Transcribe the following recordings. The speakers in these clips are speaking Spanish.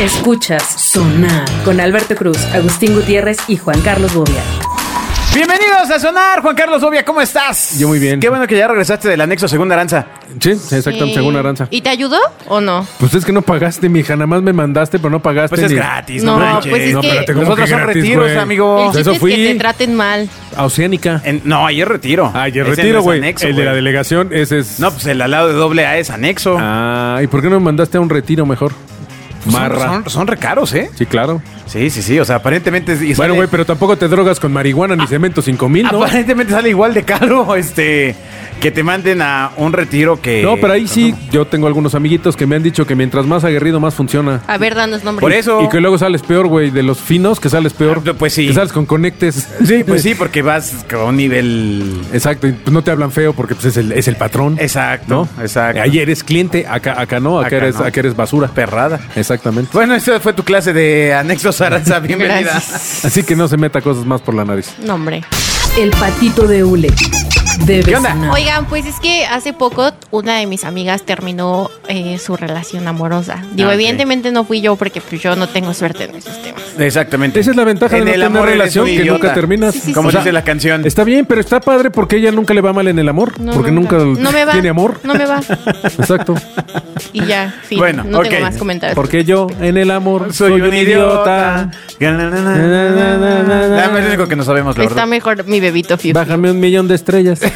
Escuchas Sonar con Alberto Cruz, Agustín Gutiérrez y Juan Carlos Bobia. Bienvenidos a Sonar, Juan Carlos Obvia, ¿cómo estás? Yo muy bien. Qué bueno que ya regresaste del anexo Segunda Aranza. Sí, exactamente, Sí. según Aranza. Eh, ¿Y te ayudó o no? Pues es que no pagaste, mija, nada más me mandaste, pero no pagaste. Pues es ni- gratis, no, No, manches. pues es No, que- espérate, ¿cómo Nosotros que son gratis, retiros, güey? amigo. El chiste eso es fui. que te traten mal. A Oceánica. En- no, ayer retiro. Ayer Eh, Ese no retiro, es güey. anexo, el de la güey. delegación, ese es. No, pues el al lado de doble A es anexo. Ah, ¿y por qué no me mandaste a un retiro mejor? Pues son- Marra. Son, son recaros, ¿eh? Sí, claro. Sí, sí, sí. O sea, aparentemente. y sale- Ah, Bueno, güey, pero tampoco te drogas con marihuana ni cemento 5000, ¿no? Aparentemente sale igual de caro este que te manden a un retiro que. No, pero ahí sí, yo tengo algunos amiguitos que me han dicho que mientras más aguerrido, más funciona. A ver, danos nombres. Por eso. Y que luego sales peor, güey, de los finos que sales peor. Ah, pues sí. Que sales con conectes. Sí, pues sí, porque vas con un nivel. Exacto, y pues no te hablan feo porque pues, es, el, es el patrón. Exacto, ¿no? exacto. Ahí eres cliente, acá, acá no, acá, Acá eres, no. acá eres basura. Perrada. Exactamente. Bueno, esta fue tu clase de anexos Aranza. Bienvenida. Gracias. Así que no se meta cosas más por la nariz. Nombre. El patito de Ule. Debe ¿Qué onda? sonar. Oigan, pues es que hace poco una de mis amigas terminó eh, su relación amorosa. Digo, Ah, ok. evidentemente no fui yo porque pues, yo no tengo suerte en esos temas. Exactamente. Esa es la ventaja En de el no tener amor eres relación un que idiota. nunca terminas. Sí, sí, Como sí. dice la canción. Está bien, pero está padre porque ella nunca le va mal en el amor. No, porque nunca, No me va. tiene amor. No me va. Exacto. Y ya, fin. Bueno, no ok. tengo más comentarios. Porque yo en el amor Soy, un idiota. Dame, Es lo único que no sabemos, la Está verdad. mejor mi bebito Fiu. Bájame un millón de estrellas. Pues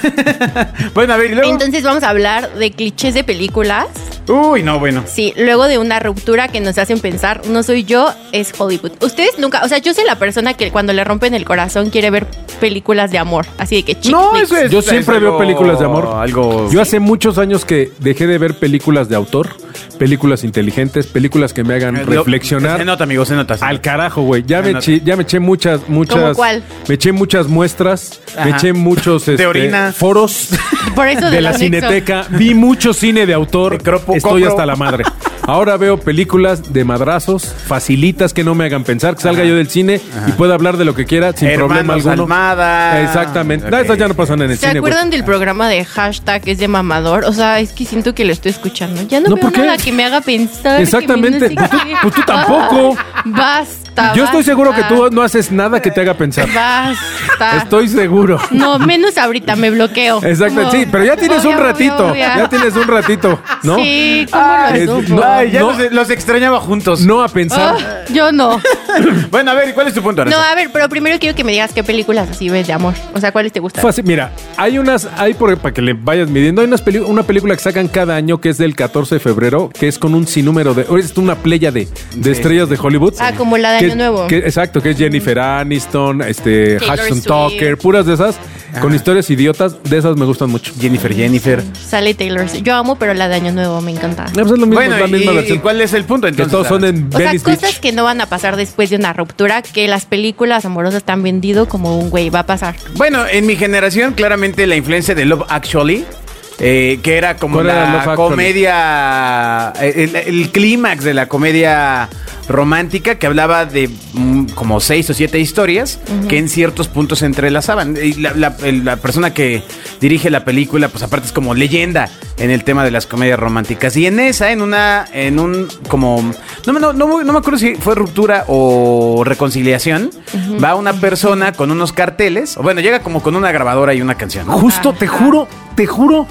Bueno, a ver, y luego. Entonces vamos a hablar de clichés de películas. Uy, no, bueno. Sí, luego de una ruptura que nos hacen pensar, no soy yo, es Hollywood. Ustedes nunca, o sea, yo soy la persona que cuando le rompen el corazón quiere ver películas de amor, así de que chick No, flicks. eso es. Yo siempre es veo algo- películas de amor. Algo. Yo hace muchos años que dejé de ver películas de autor, películas inteligentes, películas que me hagan Eh, Lo- reflexionar. Se nota, amigo, se nota. se Al nota. carajo, güey. Ya Se me, nota. eché, ya me eché muchas, muchas. ¿Cómo cuál? Me eché muchas muestras, me Ajá. eché muchos Te este, orinas. foros Por eso de la Nexo. cineteca. Vi mucho cine de autor. De cropo- Estoy copro. hasta la madre. Ahora veo películas de madrazos, facilitas que no me hagan pensar, que salga yo del cine y pueda hablar de lo que quiera sin Hermanos problema alguno. Almada. Exactamente. No, Ok. esas ya no pasan en el ¿Se cine, güey. acuerdan del programa de hashtag es de mamador? O sea, es que siento que lo estoy escuchando. Ya no, No, veo ¿por qué? nada que me haga pensar. que Exactamente. me no sé Pues tú- qué. pues tú tampoco. Ah, Basta. Yo estoy basta, seguro que tú no haces nada que te haga pensar. Basta. Estoy seguro. No, menos ahorita, me bloqueo. Exacto, Como- sí, pero ya tienes un Obvio, obvio, ratito. obvio. Ya tienes un ratito, ¿no? Sí, ¿cómo es- lo supo? no, Ay, ya no. los, los extrañaba juntos. No a pensar. Ah, yo no. Bueno, a ver, ¿cuál es tu punto? No, Aranza? a ver, pero primero quiero que me digas qué películas así ves de amor. O sea, ¿cuáles te gustan? Fácil, mira, hay unas, hay por, para que le vayas midiendo, hay unas peli- una película que sacan cada año que es del 14 de febrero, que es con un sinnúmero de, o es una playa de, de estrellas de Hollywood. Ah, como la de Que- Año Nuevo. que- exacto, que es Jennifer Aniston, este, Taylor Hudson Swift. Tucker, puras de esas, Ah. con historias idiotas, de esas me gustan mucho. Jennifer, Jennifer. Sale Taylor. Swift. Yo amo, pero la de Año Nuevo me encanta. Eh, pues es lo mismo, es bueno, la y- misma y, versión. cuál es el punto que entonces? todos son en O sea, Venice cosas Beach. que no van a pasar después de una ruptura, que las películas amorosas están vendido como un güey, va a pasar. Bueno, en mi generación, claramente la influencia de Love Actually. eh, que era como ¿Cuál era la Love Actually? comedia, eh, el, el clímax de la comedia romántica que hablaba de mm, como seis o siete historias que en ciertos puntos se entrelazaban. Y la, la- el- la persona que dirige la película, pues aparte es como leyenda en el tema de las comedias románticas. Y en esa, en una, en un como, no, no, no, no me acuerdo si fue ruptura o reconciliación, va una persona con unos carteles, o bueno, llega como con una grabadora y una canción. ¿no? Ah. Justo, te juro, te juro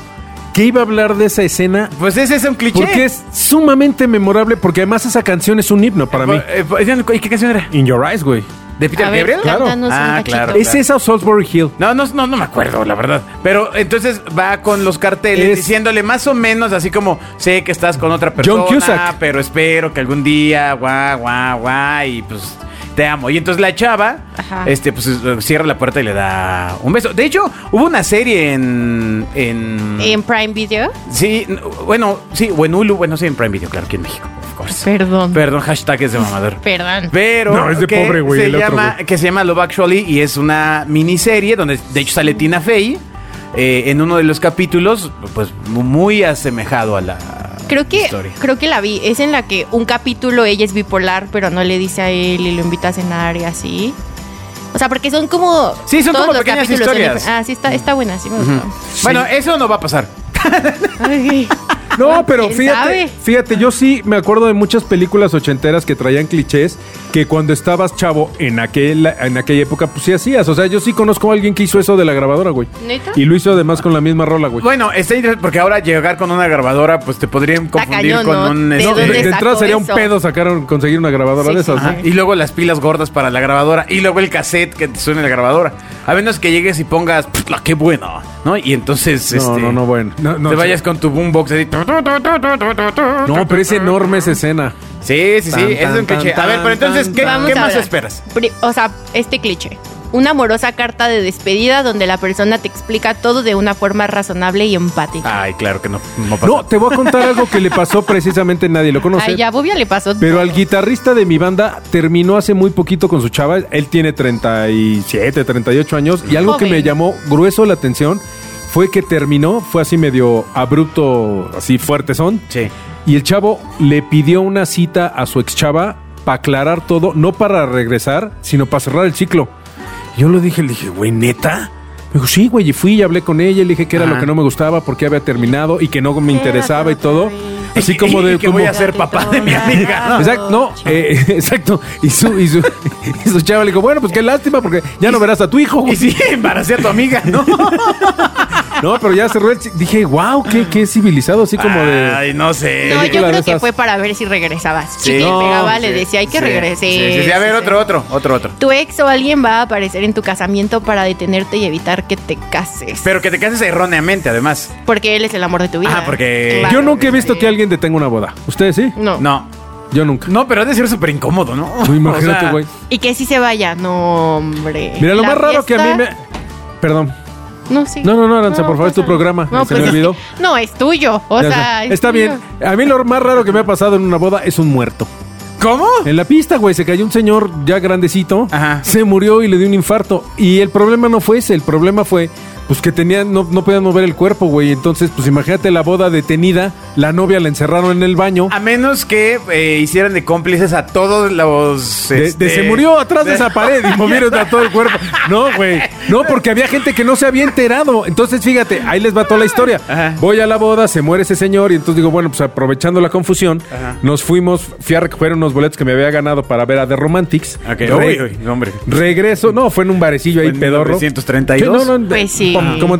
que iba a hablar de esa escena Pues ese es un cliché. porque es sumamente memorable, porque además esa canción es un himno para mí. Eh, eh, ¿Y qué canción era? In Your Eyes, güey. ¿De Peter A ver, Gabriel? Claro. cántanos un Ah, cachito. claro. Es claro. esa o Salisbury Hill. No, no, no, no me acuerdo, la verdad. Pero entonces va con los carteles Es- diciéndole más o menos así como sé que estás con otra persona, Cusack. pero espero que algún día, guau, guau, guau, y pues te amo. Y entonces la chava, Ajá. este, pues eh, cierra la puerta y le da un beso. De hecho, hubo una serie en, en, En Prime Video. sí, n- bueno, sí, o en Hulu, bueno, sí, en Prime Video, claro, aquí en México, of course. Perdón. Perdón, hashtag es de mamador. Perdón. Pero No, es de que pobre, güey, se el otro, llama- güey. Que se llama Love Actually y es una miniserie donde de hecho sale Tina Fey eh, en uno de los capítulos, pues muy asemejado a la Creo que, historia. creo que la vi. Es en la que un capítulo ella es bipolar, pero no le dice a él y lo invita a cenar y así. O sea, porque son como. Sí, son todos como los pequeñas capítulos son historias. dif- Ah, sí, está, está buena, sí me gustó. Bueno, eso no va a pasar. Ok. No, pero ¿Quién fíjate, sabe? fíjate, yo sí me acuerdo de muchas películas ochenteras que traían clichés que cuando estabas chavo en aquella, en aquella época, pues sí hacías. O sea, yo sí conozco a alguien que hizo eso de la grabadora, güey. ¿Neta? Y lo hizo además con la misma rola, güey. Bueno, está interesante porque ahora llegar con una grabadora, pues te podrían confundir cañón, con ¿no? un... ¿De este, No, de, dónde de sacó entrada sería un eso? pedo sacar, conseguir una grabadora Sí, de esas, claro. ¿no? Ajá, Y luego las pilas gordas para la grabadora. Y luego el cassette que te suena en la grabadora. A menos que llegues y pongas, "Pff, la qué bueno, ¿no? Y entonces, No, este, no, no, bueno. No, no, te sí. vayas con tu boombox así. No, pero es enorme esa escena. Sí, sí, sí. Tan, ese es tan, un cliché. tan, A ver, pero tan, entonces, ¿qué, Vamos qué a más hablar. esperas? Pri- O sea, este cliché. Una amorosa carta de despedida donde la persona te explica todo de una forma razonable y empática. Ay, claro que no, no pasa. No, te voy a contar algo que le pasó precisamente a nadie, lo conoce. Ay, ya Bobia le pasó. Pero todo. al guitarrista de mi banda terminó hace muy poquito con su chava. Él tiene 37, 38 años. Y algo que Joven. me llamó grueso la atención fue que terminó, fue así medio abrupto, así fuerte son. Sí. Y el chavo le pidió una cita a su ex chava para aclarar todo, no para regresar, sino para cerrar el ciclo. Yo lo dije, le dije, güey, neta. Me dijo, sí, güey, y fui y hablé con ella, y le dije que era Ajá. lo que no me gustaba, porque había terminado y que no me Quédate interesaba y otra todo. vez. Así como de... que como- voy a ser papá de mi amiga. ¿no? Exacto, no, eh, exacto. Y su, y su, y su chava le dijo, bueno, pues qué lástima, porque ya no verás a tu hijo. güey". Y sí, embaracé a tu amiga, ¿no? No, pero ya cerró el... chi- Dije, wow, qué, qué civilizado, así como de... Ay, no sé. No, yo película de creo que esas. fue para ver si regresabas. Sí. Sí, le No, pegaba, le Sí, decía, hay que sí, regresar. sí, sí, sí. A ver, otro, otro, otro, otro. Tu ex o alguien va a aparecer en tu casamiento para detenerte y evitar que te cases. Pero que te cases erróneamente, además. Porque él es el amor de tu vida. Ah, porque- Claro. Yo nunca he visto que alguien detenga una boda. ¿Ustedes sí? No. No. Yo nunca. No, pero ha de ser súper incómodo, ¿no? No, O imagínate, sea, güey. Y que sí se vaya. No, hombre. Mira, lo La más raro que a mí me. fiesta- Perdón. No, sí. No, no, no, Aranza, por favor, es tu pasa nada. programa. No, Se pues me es que- olvidó. no, es tuyo. O Ya sea, sé. es está bien. tuyo. A mí lo más raro que me ha pasado en una boda es un muerto. ¿Cómo? En la pista, güey, se cayó un señor ya grandecito, Ajá. se murió y le dio un infarto. Y el problema no fue ese, el problema fue pues que tenían no, no podían mover el cuerpo, güey. Entonces, pues imagínate la boda detenida, la novia la encerraron en el baño. A menos que eh, hicieran de cómplices a todos los. De- este, de- se murió atrás de esa pared y movieron a todo el cuerpo. No, güey. No, porque había gente que no se había enterado. Entonces, fíjate, ahí les va toda la historia. Ajá. Voy a la boda, se muere ese señor y entonces digo, bueno, pues aprovechando la confusión, Ajá. nos fuimos, fui a recoger unos boletos que me había ganado para ver a The Romantics. Ok, Re- uy, uy, hombre. Regreso, no, fue en un barecillo ahí, ¿Fue en pedorro. 1932? Sí, no, no, Pues sí. Como, como en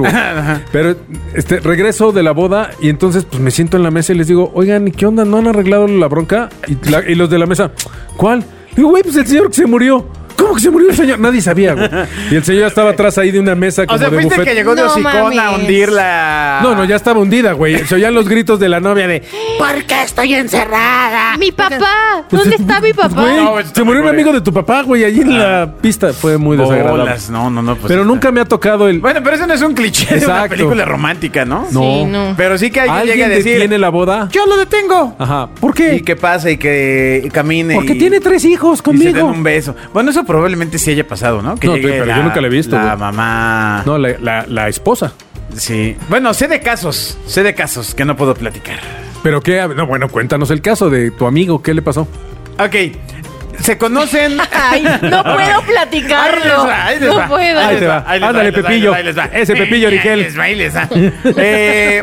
güey. Ajá. Pero este, regreso de la boda y entonces pues me siento en la mesa y les digo, oigan, ¿y ¿qué onda? ¿No han arreglado la bronca? Y, la- y los de la mesa, ¿cuál? Digo, güey, pues el señor que se murió. ¿Cómo que se murió el señor? Nadie sabía, güey. Y el señor ya estaba atrás ahí de una mesa como O sea, de fuiste el que buffet. llegó de No hocicón a mames. hundir la. No, no, ya estaba hundida, güey. Se oían los gritos de la novia de... Mi papá. pues, ¿Dónde está mi pues, papá? güey, No, está se murió un muy amigo de tu papá, güey, allí en la pista. Fue muy desagradable. Bolas, No, no, no. pues Pero está. nunca me ha tocado el... Bueno, pero eso no es un cliché de una Exacto. película romántica, ¿no? No. Sí, no. Pero sí que alguien ¿Alguien llegue a decir. detiene la boda? Yo lo detengo. Ajá. ¿Por qué? Y que pase y que camine. Porque y- tiene tres hijos y se den conmigo. un beso. Bueno, eso probablemente sí haya pasado, ¿no? Que No, pero yo nunca la he visto, La güey. mamá. No, la, la- la esposa. Sí. Bueno, sé de casos. Sé de casos que no puedo platicar. ¿Pero qué? No, bueno, cuéntanos el caso de tu amigo. ¿Qué le pasó? Ok. Se conocen. Ay, no puedo platicarlo. Ahí les va, ahí les no va. puedo. Ahí te va. ahí les Ándale, ahí les Pepillo. ahí les va, ahí les va. Ese Pepillo Origel. Ahí les va, ahí les va. Eh,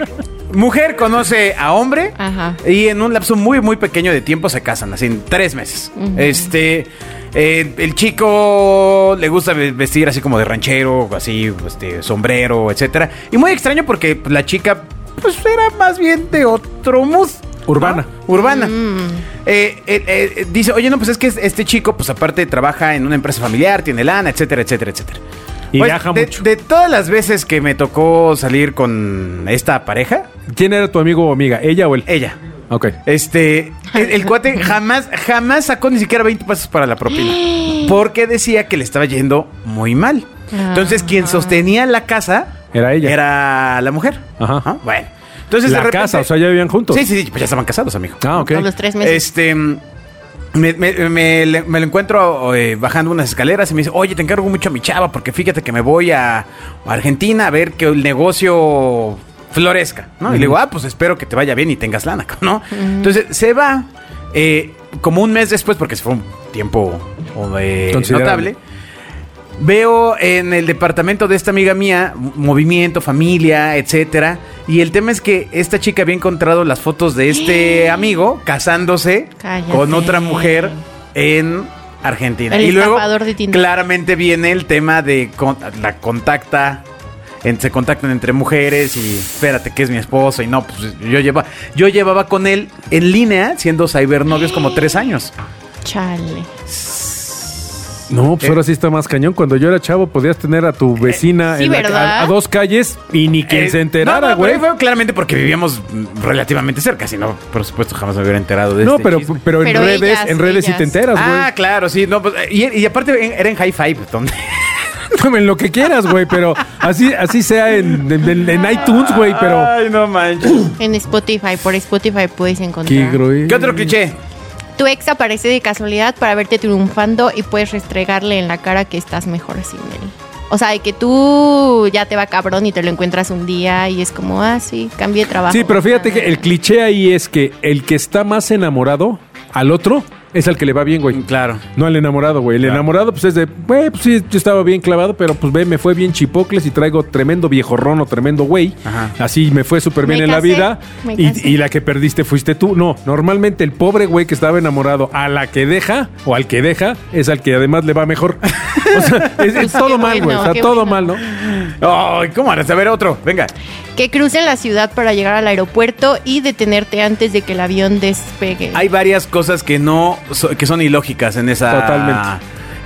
mujer conoce a hombre Ajá. y en un lapso muy, muy pequeño de tiempo se casan, así en tres meses. Este. eh, el chico le gusta ve- vestir así como de ranchero, así, este, sombrero, etcétera. Y muy extraño porque pues, la chica, pues era más bien de otro mood. ¿no? Urbana. Urbana. Eh, eh, eh, dice, oye, no, pues es que es- este chico, pues aparte trabaja en una empresa familiar, tiene lana, etcétera, etcétera, etcétera. Y viaja de, mucho. De todas las veces que me tocó salir con esta pareja, ¿Quién era tu amigo o amiga? ¿Ella o él? ella. Ok. Este, el, el cuate jamás, jamás sacó ni siquiera 20 pesos para la propina. Porque decía que le estaba yendo muy mal. Entonces, quien sostenía la casa Era ella. Era la mujer. Ajá. Ah, Bueno. Entonces, la de repente- casa, o sea, ya vivían juntos. Sí, sí, sí, pues ya estaban casados, amigo. Ah, ok. Por los tres meses. Este. mm, Me, me- me le- me lo encuentro eh, bajando unas escaleras y me dice, oye, te encargo mucho a mi chava porque fíjate que me voy a Argentina a ver que el negocio florezca, ¿no? Y le digo, ah, pues espero que te vaya bien y tengas lana, ¿no? Entonces se va eh, como un mes después, porque se fue un tiempo oh, eh, Considerable. notable, Veo en el departamento de esta amiga mía m- movimiento, familia, etcétera. Y el tema es que esta chica había encontrado las fotos de este amigo casándose Cállate. con otra mujer en Argentina. El y luego estafador de Tinder. claramente viene el tema de con- la contacta. en- se contactan entre mujeres y espérate que es mi esposo y no, pues yo llevaba, yo llevaba con él en línea siendo cibernovios como tres años. Chale. No, Eh. pues ahora sí está más cañón. Cuando yo era chavo podías tener a tu vecina sí, en la- ¿verdad? a, a dos calles y ni quien Eh, se no, enterara, no, güey. pero fue claramente porque vivíamos mm, relativamente cerca, si no, por supuesto jamás me hubiera enterado de no, este pero, chisme. pero en Pero redes, ellas, en redes sí te ellas. enteras, güey. Ah, claro, sí, no, pues, eh, y, y aparte en- era en High Five, donde en lo que quieras, güey, pero así, así sea en, en- en iTunes, güey, pero. Ay, no manches. En Spotify, por Spotify puedes Qué encontrar. grueso. ¿Qué otro cliché? tu ex aparece de casualidad para verte triunfando y puedes restregarle en la cara que estás mejor sin él. O sea, de que tú ya te va cabrón y te lo encuentras un día y es como, ah, sí, cambié de trabajo. Sí, pero fíjate que el cliché ahí es que el que está más enamorado al otro es al que le va bien, güey. Claro. No al enamorado, güey. El Claro. enamorado, pues es de, güey, pues sí, yo estaba bien clavado, pero pues ve, me fue bien chipocles y traigo tremendo viejorrón o tremendo güey. Ajá. Así me fue súper bien Me en la casé, vida. me Y, casé. y la que perdiste fuiste tú. No, normalmente el pobre güey que estaba enamorado a la que deja o al que deja es al que además le va mejor. o sea, es, es Pues todo qué mal, güey. bueno, Está qué todo bueno. mal, ¿no? Ay, ¿cómo harás? A ver, otro. Venga. Que crucen la ciudad para llegar al aeropuerto y detenerte antes de que el avión despegue. Hay varias cosas que no so- que son ilógicas en esa Totalmente.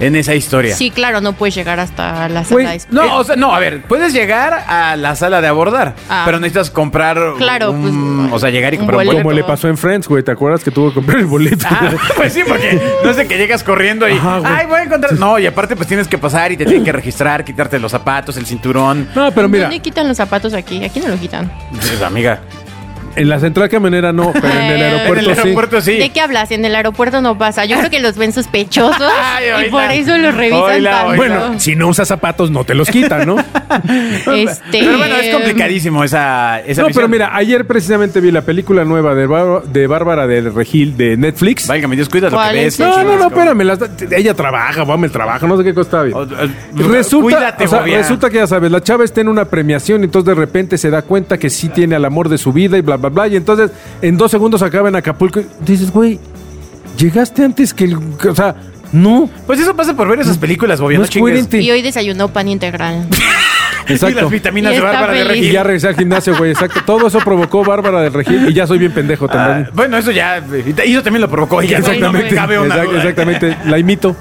en esa historia. Sí, Eh, claro, no puedes llegar hasta la Güey, sala de espera. No, o sea, no, a ver, puedes llegar a la sala de abordar, Ah. pero necesitas comprar Claro, un- pues, o sea, llegar y un comprar un boleto. boleto. Como le pasó en Friends, güey. ¿Te acuerdas que tuvo que comprar el boleto? Ah, pues sí, porque no sé que llegas corriendo y Ajá, güey. ay, voy a encontrar. No, y aparte pues tienes que pasar y te tienen que registrar, quitarte los zapatos, el cinturón. No, pero mira, ¿Dónde quitan los zapatos aquí? Aquí no lo quitan. Dices, amiga, en la central camionera no, pero en el Eh, aeropuerto, en el Pues aeropuerto sí. ¿De qué hablas? En el aeropuerto no pasa. Yo creo que los ven sospechosos Ay, y oíla. por eso los revisan Oíla, tanto. sí. Bueno, si no usas zapatos, no te los quitan, ¿no? Este, Pero bueno, es complicadísimo esa, esa no, misión. pero mira, ayer precisamente vi la película nueva de, Bár- de Bárbara del Regil de Netflix. Válgame Dios, cuida lo que ¿Cuál ves. es? No, no, no, Chingas, como- espérame. las- ella trabaja, vamos, el trabajo, no sé qué cosa está bien. O- o- Resulta, cuídate, o sea, bobia. resulta que ya sabes, la chava está en una premiación y entonces de repente se da cuenta que sí tiene al amor de su vida y bla, bla, bla. Y entonces en dos segundos acaba en Acapulco. y dices, güey, llegaste antes que el... O sea, no. Pues eso pasa por ver Mm. esas películas, Bobia, No no, es chingues. coherente. Y hoy desayunó pan integral. Y las vitaminas Y de está Bárbara de feliz. Regil. Y ya regresé al gimnasio, güey, exacto. Todo eso provocó Bárbara del Regil y ya soy bien pendejo Ah, también. bueno, eso ya, y eso también lo provocó ella. No exactamente, me cabe una exact- duda. exactamente, la imito.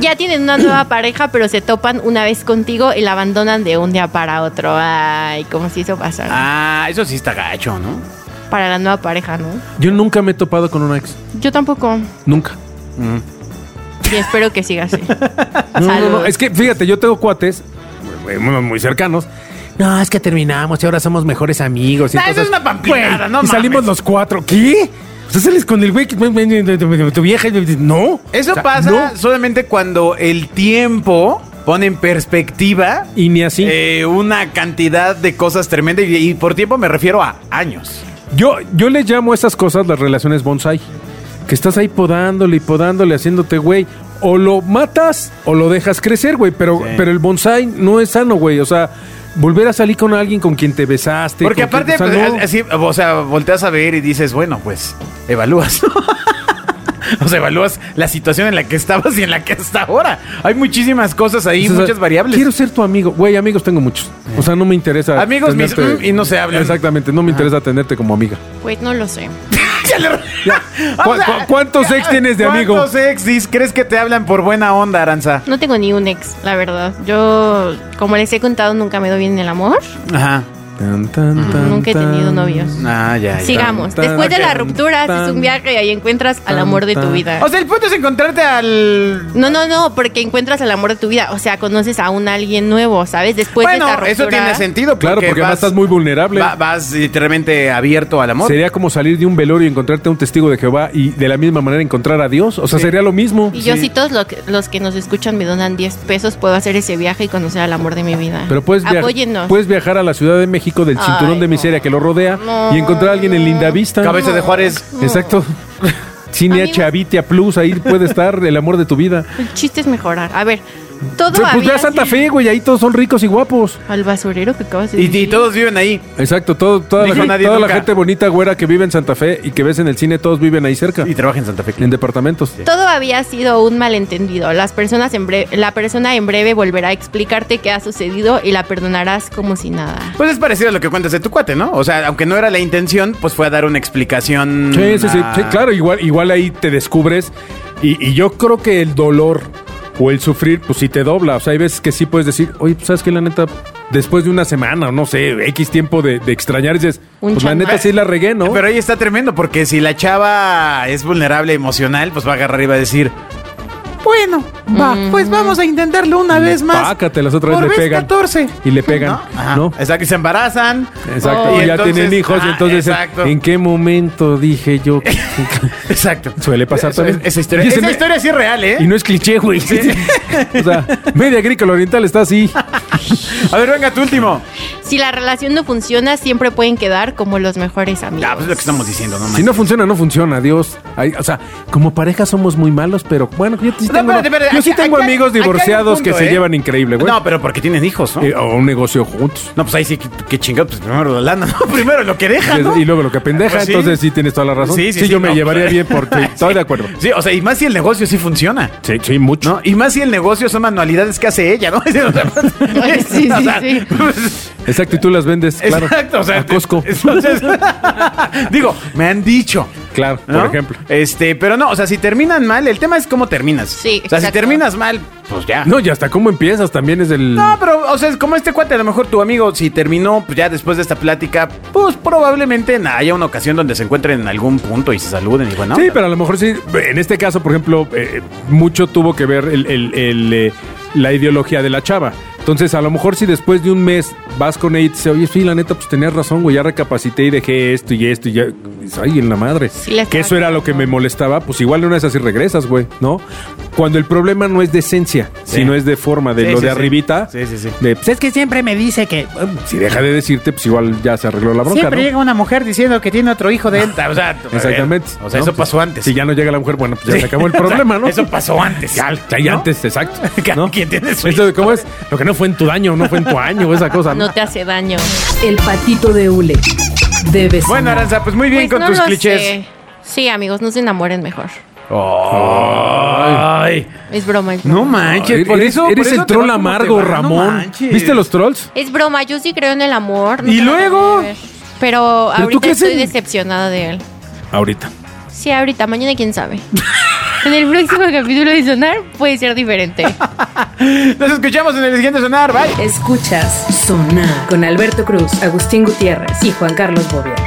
ya tienen una nueva pareja, pero se topan una vez contigo y la abandonan de un día para otro. Ay, como si eso pasara. Ah, eso sí está gacho, ¿no? Para la nueva pareja, ¿no? Yo nunca me he topado con una ex, Yo tampoco. nunca. Y espero que siga así. No, no, Salud. no, es que fíjate, yo tengo cuates muy, muy- muy cercanos. No, es que terminamos y ahora somos mejores amigos. y Ah, eso es una pampinada, Güey, no Y salimos mames. los cuatro. ¿Qué? O sea, sales con el güey que tu vieja y no. Eso O sea, pasa no. solamente cuando el tiempo pone en perspectiva Y ni así. eh, una cantidad de cosas tremendas. Y, y por tiempo me refiero a años. Yo, yo le llamo a esas cosas las relaciones bonsai. Que estás ahí podándole y podándole, haciéndote, güey. O lo matas o lo dejas crecer, güey. Pero, Sí. pero el bonsai no es sano, güey. O sea, volver a salir con alguien con quien te oh. besaste. Porque con aparte, quien- o sea, pues, no. así, o sea, volteas a ver y dices, bueno, pues, evalúas. o sea, evalúas la situación en la que estabas y en la que hasta ahora. Hay muchísimas cosas ahí, O sea, muchas variables. Quiero ser tu amigo. Güey, amigos tengo muchos. O sea, no me interesa. Amigos mis- mm, y no se hablan. Exactamente, no me interesa tenerte como amiga. Pues no lo sé. Ya le- ¿Cu- O sea, cu- cuántos ex tienes de amigo? ¿Cuántos ex dis- crees que te hablan por buena onda, Aranza? No tengo ni un ex, la verdad. Yo, como les he contado, nunca me doy bien en el amor. Ajá. Tan, tan, tan, Nunca he tenido tan. novios. Ah, ya, ya. Sigamos. tan, Después de la tan, ruptura, tan, haces un viaje y ahí encuentras al tan, amor de tu tan. vida. O sea, el punto es encontrarte al. No, no, no, porque encuentras al amor de tu vida. O sea, conoces a un alguien nuevo, ¿sabes? Después de esta bueno, Pues ruptura. eso tiene sentido. Claro, porque además estás muy vulnerable. va- vas literalmente abierto al amor. Sería como salir de un velorio y encontrarte a un testigo de Jehová y de la misma manera encontrar a Dios. O sea, Sí. sería lo mismo. Y yo, Sí. si todos lo que- los que nos escuchan me donan 10 pesos, puedo hacer ese viaje y conocer al amor de mi vida. Pero puedes, viajar Apóyennos. puedes viajar a la Ciudad de México del Ay, cinturón de no. miseria que lo rodea No, y encontrar a alguien en Lindavista. Cabeza de Juárez. Exacto. Cine Amigos. Chavitia Plus, ahí puede estar el amor de tu vida. El chiste es mejorar. A ver, Todo Pues ve había a Santa sido- Fe, güey, ahí todos son ricos y guapos. Al basurero que acabas de Y, decir. y todos viven ahí. Exacto, todo- toda, la, Dijo gente- nadie toda la nunca. gente bonita, güera, que vive en Santa Fe y que ves en el cine, todos viven ahí cerca, Y trabaja en Santa Fe. en departamentos. Todo había sido un malentendido. Las personas en breve, la persona en breve volverá a explicarte qué ha sucedido y la perdonarás como si nada. Pues es parecido a lo que cuentas de tu cuate, ¿no? O sea, aunque no era la intención, pues fue a dar una explicación. Sí, sí, sí, a- sí, claro, igual, igual ahí te descubres y, y yo creo que el dolor o el sufrir, pues sí te dobla. O sea, hay veces que sí puedes decir, oye, pues, sabes que la neta, después de una semana, o no sé, X tiempo de, de extrañar, dices, Un pues la chamaco. neta sí la regué, ¿no? Pero ahí está tremendo, porque si la chava es vulnerable emocional, pues va a agarrar y va a decir. Bueno, va, pues vamos a intentarlo una vez más. Pácatelas otra vez Por le vez pegan. 14. Y le pegan, Ajá. ¿no? Exacto, y se embarazan. Exacto, Oh, y ya entonces- tienen hijos, ah, y entonces, exacto. ¿en qué momento dije yo? Exacto. Suele pasar Esa- también. Esa historia, Y ese esa me- historia sí es real, ¿eh? Y no es cliché, güey. o sea, media agrícola oriental está así. pues, A ver, venga, tu último. Si la relación no funciona, siempre pueden quedar como los mejores amigos. Ya, pues es lo que estamos diciendo, no Si manches. no funciona, no funciona, Dios. Ay, o sea, como pareja somos muy malos, pero bueno, yo sí No, tengo, espérate, espérate, yo sí aquí- tengo aquí hay- amigos aquí hay un divorciados que punto, se ¿eh? llevan increíble, güey. No, pero porque tienen hijos, ¿no? Eh, o un negocio juntos. No, pues ahí sí, que que chingados, pues primero la lana, ¿no? Primero lo que deja, Ah, ¿no? Y luego lo que pendeja, Pues sí. entonces sí tienes toda la razón. Sí, Sí, sí, sí, yo me no, llevaría pues, bien porque estoy de acuerdo. Sí, o sea, y más si el negocio sí funciona. Sí, sí, mucho. ¿No? Y más si el negocio son manualidades que hace ella, ¿no? O sea, sí, o sea, sí. pues, Exacto, y tú las vendes, claro. Exacto, o sea, a Costco, Entonces, digo, me han dicho. claro, ¿no? por ejemplo. Este, pero no, o sea, si terminan mal, el tema es cómo terminas. Sí, O sea, si exacto. terminas mal, pues ya. No, y hasta cómo empiezas también es el... No, pero, o sea, es como este cuate, a lo mejor tu amigo, si terminó pues, ya después de esta plática, pues probablemente nah, haya una ocasión donde se encuentren en algún punto y se saluden y bueno. Sí, pero a lo mejor sí. En este caso, por ejemplo, eh, mucho tuvo que ver el- el- el, eh, la ideología de la chava. Entonces, a lo mejor si después de un mes vas con ella y te dice, oye, sí, la neta, pues tenías razón, güey, ya recapacité y dejé esto y esto y ya. Dices, Ay, en la madre. Sí, la que estaba eso era lo que me molestaba, pues igual de una vez así regresas, güey, ¿no? Cuando el problema no es de esencia, Sí. sino es de forma, de Sí, lo sí, de sí. arribita. Sí, sí, sí. de, pues es que siempre me dice que. eh, Si deja de decirte, pues igual ya se arregló la bronca. Siempre ¿no? llega una mujer diciendo que tiene otro hijo de él. O sea, Exactamente. O sea, ¿no? eso pasó antes. Si ya no llega la mujer, bueno, pues ya Sí. se acabó el O sea, problema, ¿no? Eso pasó antes. Ya, ya, ya antes, exacto. Cada quien tiene su Esto de cómo es, lo que no fue en tu daño, no fue en tu año, esa cosa. ¿no? No te hace daño. El patito de Ule. Debe sonar. Bueno, Aranza, pues muy bien Pues con no tus lo clichés. sé. Sí, amigos, no se enamoren mejor. Ay. Es broma, es broma. No manches. Ay, por eres eso- por eres eso te el troll va como te amargo, va, no Ramón. manches. ¿Viste los trolls? Es broma, yo sí creo en el amor. ¿Y nunca lo luego? dejé de ver. Pero ahorita crees estoy en- decepcionada de él. Ahorita. Sí, ahorita, mañana quién sabe. en el próximo capítulo de Sonar puede ser diferente. Nos escuchamos en el siguiente sonar. Bye. Escuchas Sonar con Alberto Cruz, Agustín Gutiérrez y Juan Carlos Bobia.